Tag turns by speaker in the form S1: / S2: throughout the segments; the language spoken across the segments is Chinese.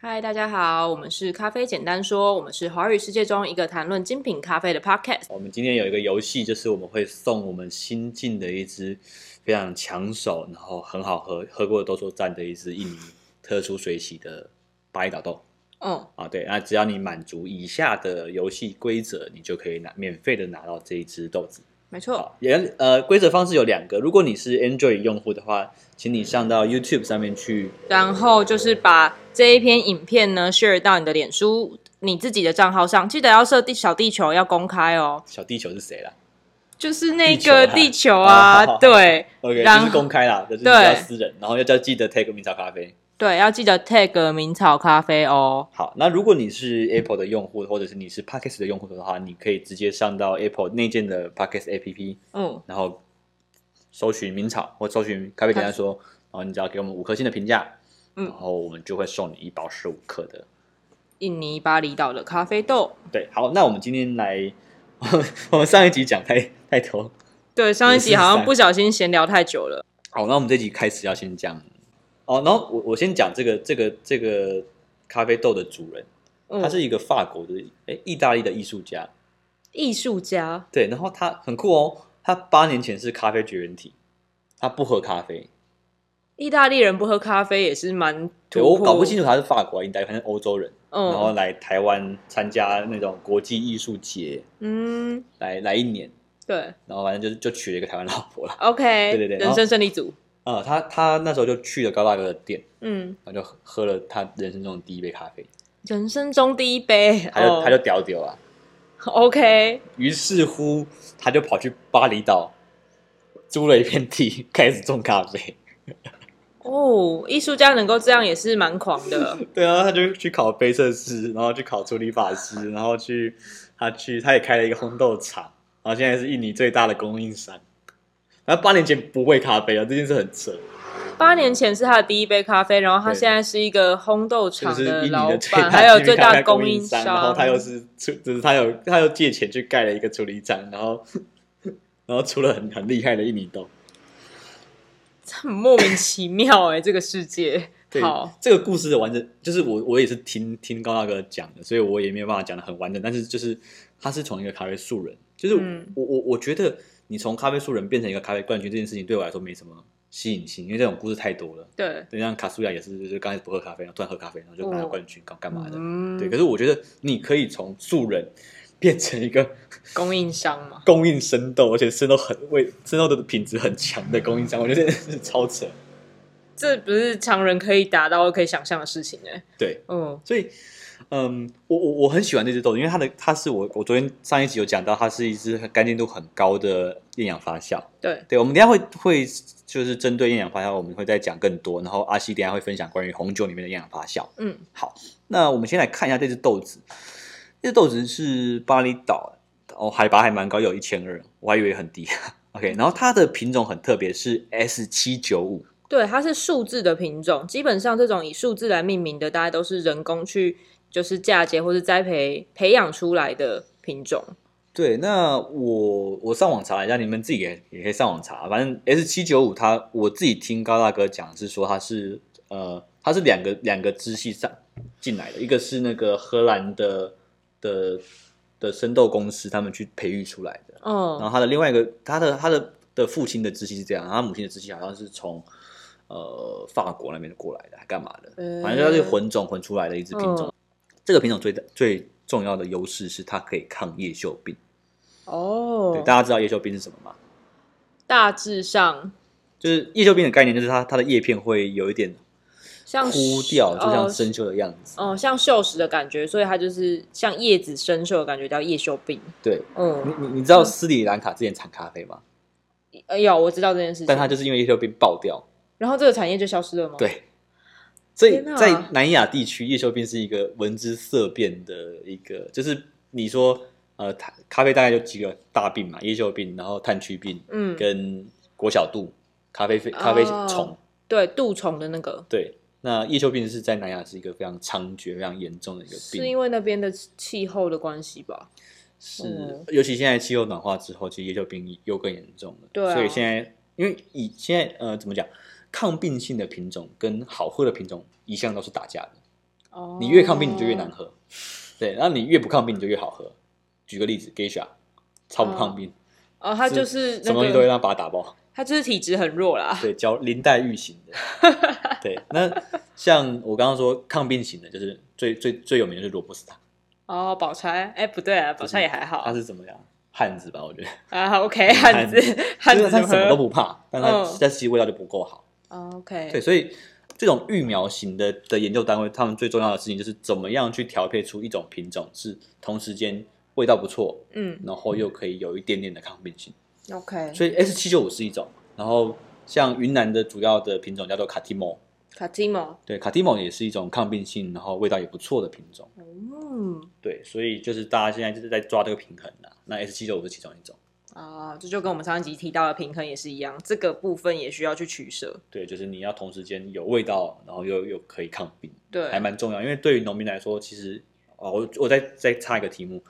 S1: 嗨，大家好，我们是咖啡简单说，我们是华语世界中一个谈论精品咖啡的 podcast。
S2: 我们今天有一个游戏，就是我们会送我们新进的一支非常抢手，然后很好喝，喝过都说赞的一支印尼特殊水洗的巴厘岛豆
S1: 嗯，
S2: 啊。对，那只要你满足以下的游戏规则，你就可以拿免费的拿到这一支豆子。
S1: 没错，
S2: 好也呃，规则方式有两个，如果你是 Android 用户的话，请你上到 YouTube 上面去
S1: 然后就是把这一篇影片呢 share 到你的脸书你自己的账号上，记得要设地小地球要公开哦，
S2: 小地球是谁啦
S1: 就是那个
S2: 地
S1: 地
S2: 球
S1: 球
S2: 啊
S1: 啊，对
S2: ？OK，
S1: 然
S2: 就是公开啦，就是比较
S1: 对
S2: 私人，然后要叫记得 take 明朝咖啡。
S1: 对，要记得 tag 明草咖啡哦。
S2: 好，那如果你是 Apple 的用户，或者是你是 p o d c a s t 的用户的话，你可以直接上到 Apple 内建的 p o d c a s t APP，
S1: 嗯，
S2: 然后搜寻“名草”或搜寻“咖啡简单说”，然后你只要给我们五颗星的评价，
S1: 嗯
S2: 然后我们就会送你一包十五克的。
S1: 印尼巴厘岛的咖啡豆。
S2: 对，好，那我们今天来，我们上一集讲太太头，
S1: 对，上一集
S2: 543
S1: 好像不小心闲聊太久了。
S2: 好，那我们这集开始要先讲，哦，然后我我先讲这个这个这个咖啡豆的主人，
S1: 嗯
S2: 他是一个法国的，哎，意大利的艺术家，
S1: 艺术家，
S2: 对，然后他很酷哦，他八年前是咖啡绝缘体，他不喝咖啡。
S1: 意大利人不喝咖啡也是蛮
S2: 对
S1: 突
S2: 我
S1: 破。
S2: 搞不清楚他是哦法国还是意大利，反正欧洲人，然后
S1: 嗯
S2: 来台湾参加那种国际艺术节，
S1: 嗯，
S2: 来来一年，
S1: 对
S2: 然后反正就是就娶了一个台湾老婆了。
S1: ，OK，
S2: 对对对然
S1: 人
S2: 后
S1: 生胜利组。
S2: 啊、他他那时候就去了高大哥的店，
S1: 嗯，
S2: 然后就喝喝了他人生中的第一杯咖啡，
S1: 人生中第一杯，
S2: 他就、
S1: 哦
S2: 他就屌屌啊。
S1: OK，
S2: 于是乎，他就跑去巴厘岛租了一片地， 开始种咖啡。
S1: 哦，艺术家能够这样也是蛮狂 的。
S2: 对啊，他就去考杯测师，然后去考处理法师，然后去他去他也开了一个烘豆厂，然后现在是印尼最大的供应商。然后八年前不会咖啡啊，这件事很扯，
S1: 八年前是他的第一杯咖啡，然后他
S2: 对
S1: 现在是一个烘豆
S2: 就
S1: 厂
S2: 是印尼
S1: 老
S2: 的最
S1: 板，
S2: 大
S1: 还有
S2: 的
S1: 最
S2: 咖啡
S1: 大
S2: 供
S1: 供
S2: 应
S1: 商，
S2: 然后他又是出，就是他有他又借钱去盖了一个处理厂，然后 然后出了很很厉害的印尼豆。
S1: 很莫名其妙哎、这个世界。
S2: 对
S1: 好，，
S2: 这个故事的完整，就是我我也是听听高大哥讲的，所以我也没有办法讲的很完整。但是就是他是从一个咖啡素人，就是我、
S1: 嗯
S2: 我我我觉得你从咖啡素人变成一个咖啡冠军这件事情对我来说没什么吸引性，因为这种故事太多了。
S1: 对，
S2: 对，像卡苏亚也是，就是刚开始不喝咖啡，然后突然喝咖啡，然后就拿了
S1: 哦
S2: 冠军，干干嘛的？
S1: 嗯，
S2: 对，可是我觉得你可以从素人变成一个
S1: 供应商嘛，
S2: 供应生豆，而且生豆很为生豆的品质很强的供应商，我觉得这件事是超扯。
S1: 这不是常人可以达到、可以想象的事情哎、
S2: 对，
S1: 嗯
S2: 所以，嗯，我我我很喜欢这只豆子，因为它的它是我我昨天上一集有讲到，它是一只干净度很高的厌氧发酵。，
S1: 对，
S2: 对，我们等一下会会就是针对厌氧发酵，我们会再讲更多。然后阿西等一下会分享关于红酒里面的厌氧发酵。
S1: 嗯，
S2: 好，那我们先来看一下这只豆子，这只豆子是巴厘岛哦，海拔还蛮高，有一千二，我还以为很低。OK，然后 它的品种很特别，是 S 七九五，
S1: 对，它是数字的品种，基本上这种以数字来命名的，大概都是人工去就是嫁接或是栽培培养出来的品种。
S2: 对，那我我上网查了一下，你们自己也也可以上网查。反正 S 七九五，它我自己听高大哥讲是说它是呃，它是两个两个支系上进来的，一个是那个荷兰的的的生豆公司他们去培育出来的，然
S1: 哦，
S2: 后他的另外一个他的他的的父亲的支系是这样，然后他母亲的支系好像是从呃法国那边过来的，还干嘛的？反正它是
S1: 混
S2: 混种混出来的一只品种。
S1: 嗯
S2: 这个品种最大最重要的优势是它可以抗叶锈病。对，
S1: 哦，
S2: 大家知道叶锈病是什么吗？
S1: 大致上
S2: 就是叶锈病的概念，就是它它的叶片会有一点
S1: 像呃
S2: 枯掉，就像
S1: 生
S2: 生锈的样子。
S1: 哦、像锈蚀的感觉，所以它就是像叶子生锈的感觉，叫叶锈病。
S2: 对，你
S1: 嗯，
S2: 你你知道斯里兰卡之前产咖啡吗？
S1: 哎呦，我知道这件事
S2: 嗯但它
S1: 情。
S2: 就是因为叶锈病爆掉。
S1: 然后这个产业就消失了吗？，
S2: 对，所以
S1: 天哪
S2: 在南亚地区，叶锈病是一个闻之色变的一个，就是你说呃，咖咖啡大概有几个大病嘛，叶锈病，然后炭疽病
S1: 嗯，
S2: 跟果小蠹、咖啡咖啡
S1: 哦
S2: 虫。
S1: 对，杜虫的那个
S2: 对，那叶锈病是在南亚是一个非常猖獗、非常严重的一个病。
S1: 是因为那边的气候的关系吧？
S2: 是
S1: 嗯，
S2: 尤其现在气候暖化之后，其实叶锈病又更严重了。
S1: 对啊
S2: 所以现在因为以现在呃怎么讲，抗病性的品种跟好喝的品种一向都是打架的。
S1: 哦
S2: 你越抗冰你就越难。喝，对，然后你越不抗冰你就越好喝。举个例子，Geisha 超不抗冰，
S1: 哦，他就是
S2: 什
S1: 那
S2: 么东西都会
S1: 个，
S2: 让它把它打爆，
S1: 他就是体质很弱啦。
S2: 对，叫林黛玉型的。 对，那像我刚刚说抗病型的，就是最最最有名的就是罗布斯塔，
S1: 哦，宝钗，哎，不对啊，宝钗也还好
S2: 他是怎么样汉子吧？我觉得，
S1: 啊。好 OK，汉子，汉
S2: 嗯就是
S1: 子
S2: 他什么都
S1: 不。
S2: 不怕，但他
S1: 嗯
S2: 但其实味道就不够好。
S1: 哦 OK，
S2: 对，所以这种育苗型的的研究单位，他们最重要的事情就是怎么样去调配出一种品种是同时间味道不错，
S1: 嗯
S2: 然后又可以有一点点的抗病性。
S1: ，OK，
S2: 所以 S 七九五是一种，然后像云南的主要的品种叫做卡蒂莫，
S1: 卡蒂莫，
S2: 对，卡蒂莫也是一种抗病性，然后味道也不错的品种。
S1: 嗯，
S2: 对，所以就是大家现在就是在抓这个平衡啦、那 S 七九五是其中一种，
S1: 啊，这就跟我们上一集提到的平衡也是一样，这个部分也需要去取舍。
S2: 对，就是你要同时间有味道，然后又又可以抗病。
S1: 对，
S2: 还蛮重要，因为对于农民来说，其实哦，我我再再插一个题目，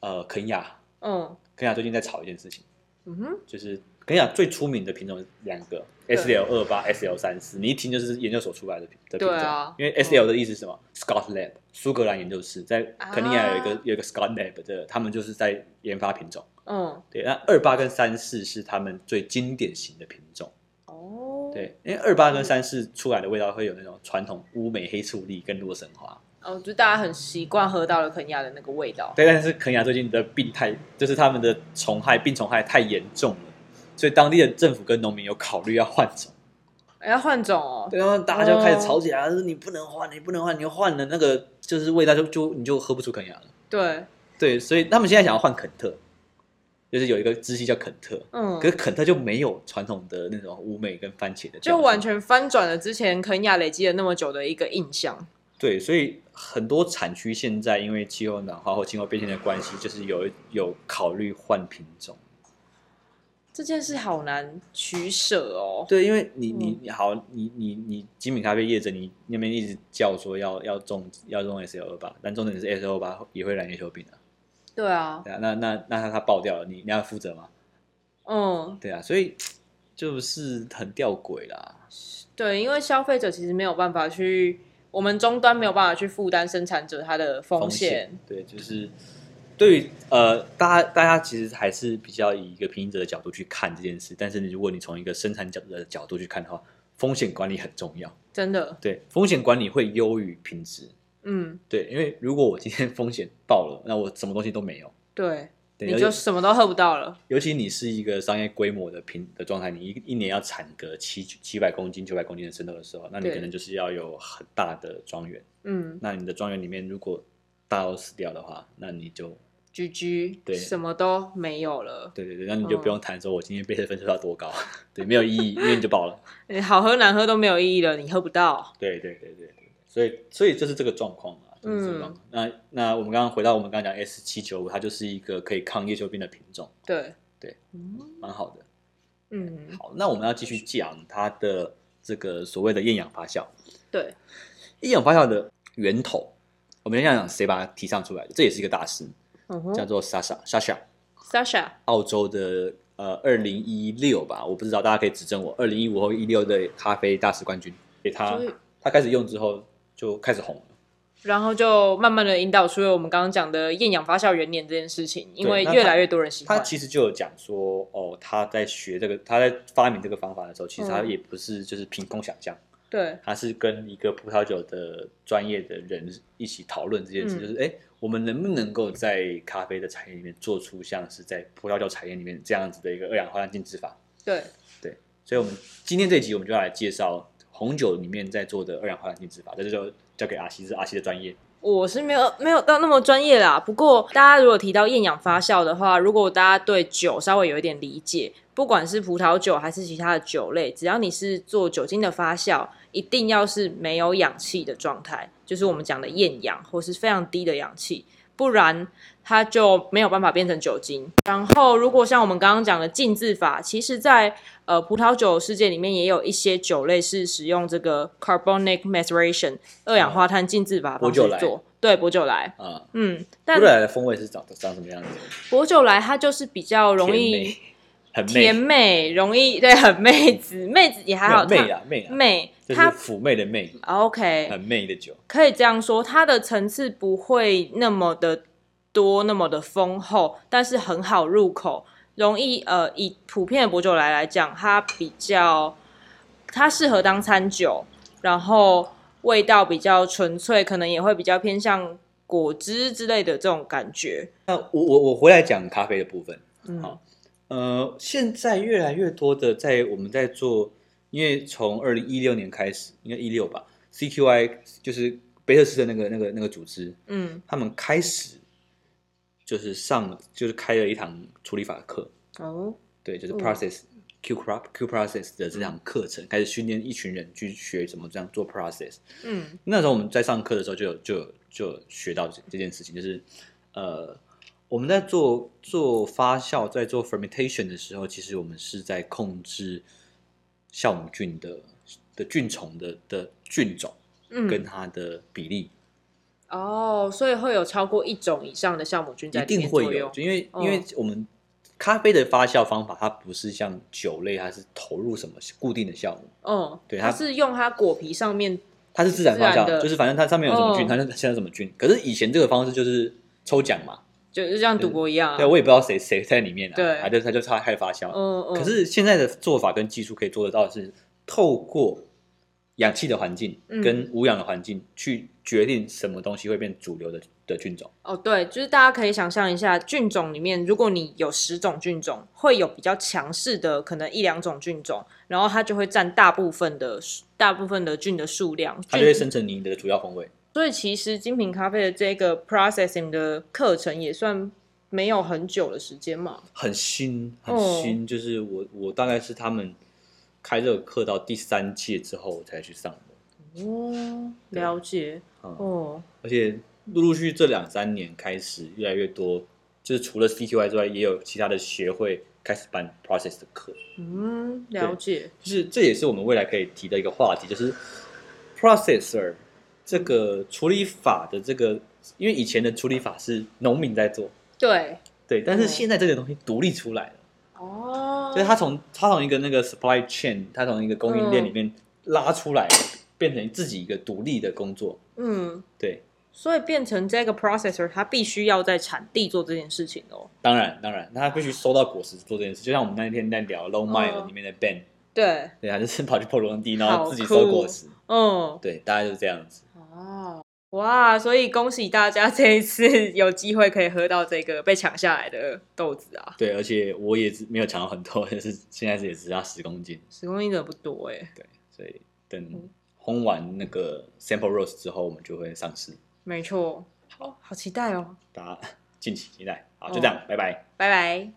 S2: 呃，肯亚，
S1: 嗯
S2: 肯亚最近在吵一件事情，
S1: 嗯哼，
S2: 就是肯亚最出名的品种有两个
S1: 对
S2: ，SL 二八、SL 三四，你一听就是研究所出来的品的品
S1: 对
S2: 种，
S1: 啊
S2: 因为 SL 的意思是什么、s c o t Lab，苏格兰研究室在肯尼亚有一个、
S1: 啊
S2: 有一个 Scott Lab 的，他们就是在研发品种。
S1: 嗯，
S2: 对，那二八跟三四是他们最经典型的品种。
S1: 哦，，
S2: 对，因为二八跟三四出来的味道会有那种传统乌梅黑醋栗跟洛神花。
S1: 哦，就大家很习惯喝到了肯亚的那个味道。
S2: 对，但是肯亚最近的病太，就是他们的虫害病虫害太严重了，所以当地的政府跟农民有考虑要换种。
S1: 哎要换种哦，
S2: 对，然后大家就开始吵起来，说你不能换，你不能换，你换了那个就是味道就就你就喝不出肯亚了。
S1: 对，
S2: 对，所以他们现在想要换肯特，就是有一个支系叫肯特，
S1: 嗯
S2: 可，是肯特就没有传统的那种乌梅跟番茄的调
S1: 就
S2: 性，
S1: 完全翻转了之前肯亚累积了那么久的一个印象。
S2: 对，所以很多产区现在因为气候暖化或气候变迁的关系，就是有有考虑换品种。
S1: 这件事好难取舍哦。
S2: 对，因为你
S1: 嗯
S2: 你你好，你你你精品咖啡业者，你那边一直叫说要要种要种 S L 二八，但重点是 S L 八也会染叶球病啊。
S1: 对啊，
S2: 对啊，那那那它它爆掉了，你你要负责吗？
S1: 嗯，
S2: 对啊，所以就是很吊诡啦。
S1: 对，因为消费者其实没有办法去，我们终端没有办法去负担生产者他的风险。
S2: 对，就是对于呃，大家大家其实还是比较以一个平行者的角度去看这件事，但是你如果你从一个生产角的角度去看的话，风险管理很重要。
S1: 真的，
S2: 对，风险管理会优于品质。
S1: 嗯，
S2: 对，因为如果我今天 风险爆了，那我什么东西都没有。
S1: 对，
S2: 对，
S1: 你
S2: 尤
S1: 就
S2: 其
S1: 什么都喝不到了。
S2: 尤其你是一个商业规模的平的状态，你一一年要产个七七百公斤、九百公斤的生豆的时候，那你
S1: 对
S2: 可能就是要有很大的庄园。
S1: 嗯
S2: 那你的庄园里面如果大都死掉的话，那你就
S1: 居居，
S2: 对
S1: 什么都没有了。
S2: 对对对，那你就
S1: 哦
S2: 不用谈说我今天被分数要多高， 对，没有意义，因为你就爆了。
S1: 你好喝难喝都没有意义了，你喝不到。
S2: 对对对对对，所以所以就是这个状况啊，就是这个状况。
S1: 嗯
S2: 那那我们刚刚回到我们刚刚讲 S 七九五，它就是一个可以抗叶锈病的品种，
S1: 对，
S2: 对，
S1: 嗯
S2: 蛮好的。
S1: 嗯，
S2: 好，那我们要继续讲它的这个所谓的厌氧发酵。
S1: 对，
S2: 厌氧发酵的源头，我们先讲讲谁把它提倡出来的，这也是一个大师，
S1: 嗯
S2: 叫
S1: 哼
S2: 做 Sasha Sasha，
S1: ，Sasha，
S2: 澳洲的呃二零一六吧，我不知道，大家可以指正我，二零一五或一六的咖啡大师冠军。给他
S1: 就是
S2: 他开始用之后就开始红了，
S1: 然后就慢慢的引导出了我们刚刚讲的厌氧发酵元年这件事情，因为
S2: 那
S1: 越
S2: 它
S1: 来越多人喜
S2: 他
S1: 欢。
S2: 其实就有讲说，哦，他在学这个，他在发明这个方法的时候，其实他
S1: 嗯
S2: 也不是就是凭空想象，
S1: 对，
S2: 他是跟一个葡萄酒的专业的人一起讨论这件事，
S1: 嗯
S2: 就是哎，诶我们能不能够在咖啡的产业里面做出像是在葡萄酒产业里面这样子的一个二氧化碳净制法？
S1: 对，
S2: 所以，我们今天这集我们就要来介绍红酒里面在做的二氧化碳净制法，这就交给阿西，是阿西的专业。
S1: 我是没有没有到那么专业啦。不过大家如果提到厌氧发酵的话，如果大家对酒稍微有一点理解，不管是葡萄酒还是其他的酒类，只要你是做酒精的发酵，一定要是没有氧气的状态，就是我们讲的厌氧或是非常低的氧气，不然它就没有办法变成酒精。然后如果像我们刚刚讲的浸渍法，其实在呃葡萄酒世界里面也有一些酒类是使用这个 carbonic maceration 二氧化碳浸渍法的方
S2: 哦薄酒
S1: 式
S2: 来
S1: 做。对，薄酒来，
S2: 啊、
S1: 嗯，
S2: 嗯，
S1: 但
S2: 未来的风味是长长什么样子？
S1: 薄酒来它就是比较容
S2: 甜
S1: 易
S2: 美，很
S1: 甜
S2: 媚，
S1: 妹容易对很 妹子，妹子也还好，
S2: 没有媚
S1: 她
S2: 啊媚啊，
S1: 妹
S2: 就是
S1: 她啊
S2: 妩媚的媚，
S1: OK
S2: 很媚的酒。
S1: 可以这样说，它的层次不会那么的多，那么的丰厚，但是很好入口，容易呃以普遍的薄酒来来讲，它比较它适合当餐酒，然后味道比较纯粹，可能也会比较偏向果汁之类的这种感觉。
S2: 那我我我回来讲咖啡的部分。
S1: 嗯
S2: 好呃，现在越来越多的在我们在做，因为从二零一六年开始，应该一六吧，CQI 就是贝特斯的那个那个那个组织，
S1: 嗯
S2: 他们开始就是上就是开了一堂处理法课，
S1: 哦
S2: 对，就是
S1: 嗯
S2: process、Q crop Q process 的这堂课程，开始训练一群人去学怎么这样做 process。
S1: 嗯
S2: 那时候我们在上课的时候就有就有就有学到这这件事情，就是呃，我们在做做发酵、在做 fermentation 的时候，其实我们是在控制酵母菌的的菌虫的的菌种跟
S1: 嗯
S2: 它的比例，
S1: 哦，所以会有超过一种以上的酵母菌在
S2: 一
S1: 里
S2: 定
S1: 面
S2: 会
S1: 作
S2: 有，
S1: 用
S2: 就因为、
S1: 嗯
S2: 因为我们咖啡的发酵方法，它不是像酒类，它是投入什么固定的酵母。
S1: 嗯，
S2: 对
S1: 它
S2: 它
S1: 是用它果皮上面
S2: 它是自然发
S1: 自然的
S2: 酵，就是反正它上面有什么菌，
S1: 哦
S2: 它就现在什么菌。可是以前这个方式就是抽奖嘛，
S1: 就是像赌博一样、啊，
S2: 对，我也不知道谁谁在里面啊，
S1: 对
S2: 他就他就差开发酵。
S1: 嗯嗯，
S2: 可是现在的做法跟技术可以做得到的是，透过氧气的环境
S1: 嗯
S2: 跟无氧的环境去决定什么东西会变主流的的菌种。
S1: 哦，对，就是大家可以想象一下，菌种里面，如果你有十种菌种，会有比较强势的，可能一两种菌种，然后它就会占大部分的大部分的菌的数量。
S2: 它就会
S1: 菌
S2: 生成你的主要风味。
S1: 所以其实精品咖啡的这个 processing 的课程也算没有很久的时间嘛。
S2: 很新，很
S1: 哦
S2: 新，就是我我大概是他们开这个课到第三届之后我才去上的，
S1: 哦，
S2: 对
S1: 了解。
S2: 嗯，
S1: 哦，
S2: 而且陆陆续续这两三年开始越来越多，就是除了 CQI 之外，也有其他的协会开始办 process 的课，
S1: 嗯，了解。
S2: 就是这也是我们未来可以提的一个话题，就是 processor 这个处理法的这个，因为以前的处理法是农民在做，
S1: 对。
S2: 对，但是
S1: 嗯
S2: 现在这个东西独立出来了。
S1: 哦。
S2: 就是它从它从一个那个 supply chain，它从一个供应链里面拉出来，变成自己一个独立的工作。
S1: 嗯，
S2: 对，
S1: 所以变成这个 processor，它必须要在产地做这件事情哦。
S2: 当然当然，那它必须收到果实做这件事。就像我们那天在聊 Low
S1: 嗯
S2: Mile 里面的 Ben，、
S1: 对。
S2: 对啊，就是跑去破龙地，然
S1: 好
S2: 后自己收
S1: 酷
S2: 果实。
S1: 嗯。
S2: 对，大概就是这样子。
S1: 哦，哇！所以恭喜大家这一次 有机会可以喝到这个被抢下来的豆子啊，
S2: 对，而且我也是没有抢到很多， 就是现在也只差十公斤，
S1: 十公斤真的不多哎、
S2: 所以等烘完那个 sample roast 之后，我们就会上市。
S1: 没错，好好期待哦，
S2: 大家敬请期待。好，就这样，拜拜。
S1: 拜拜。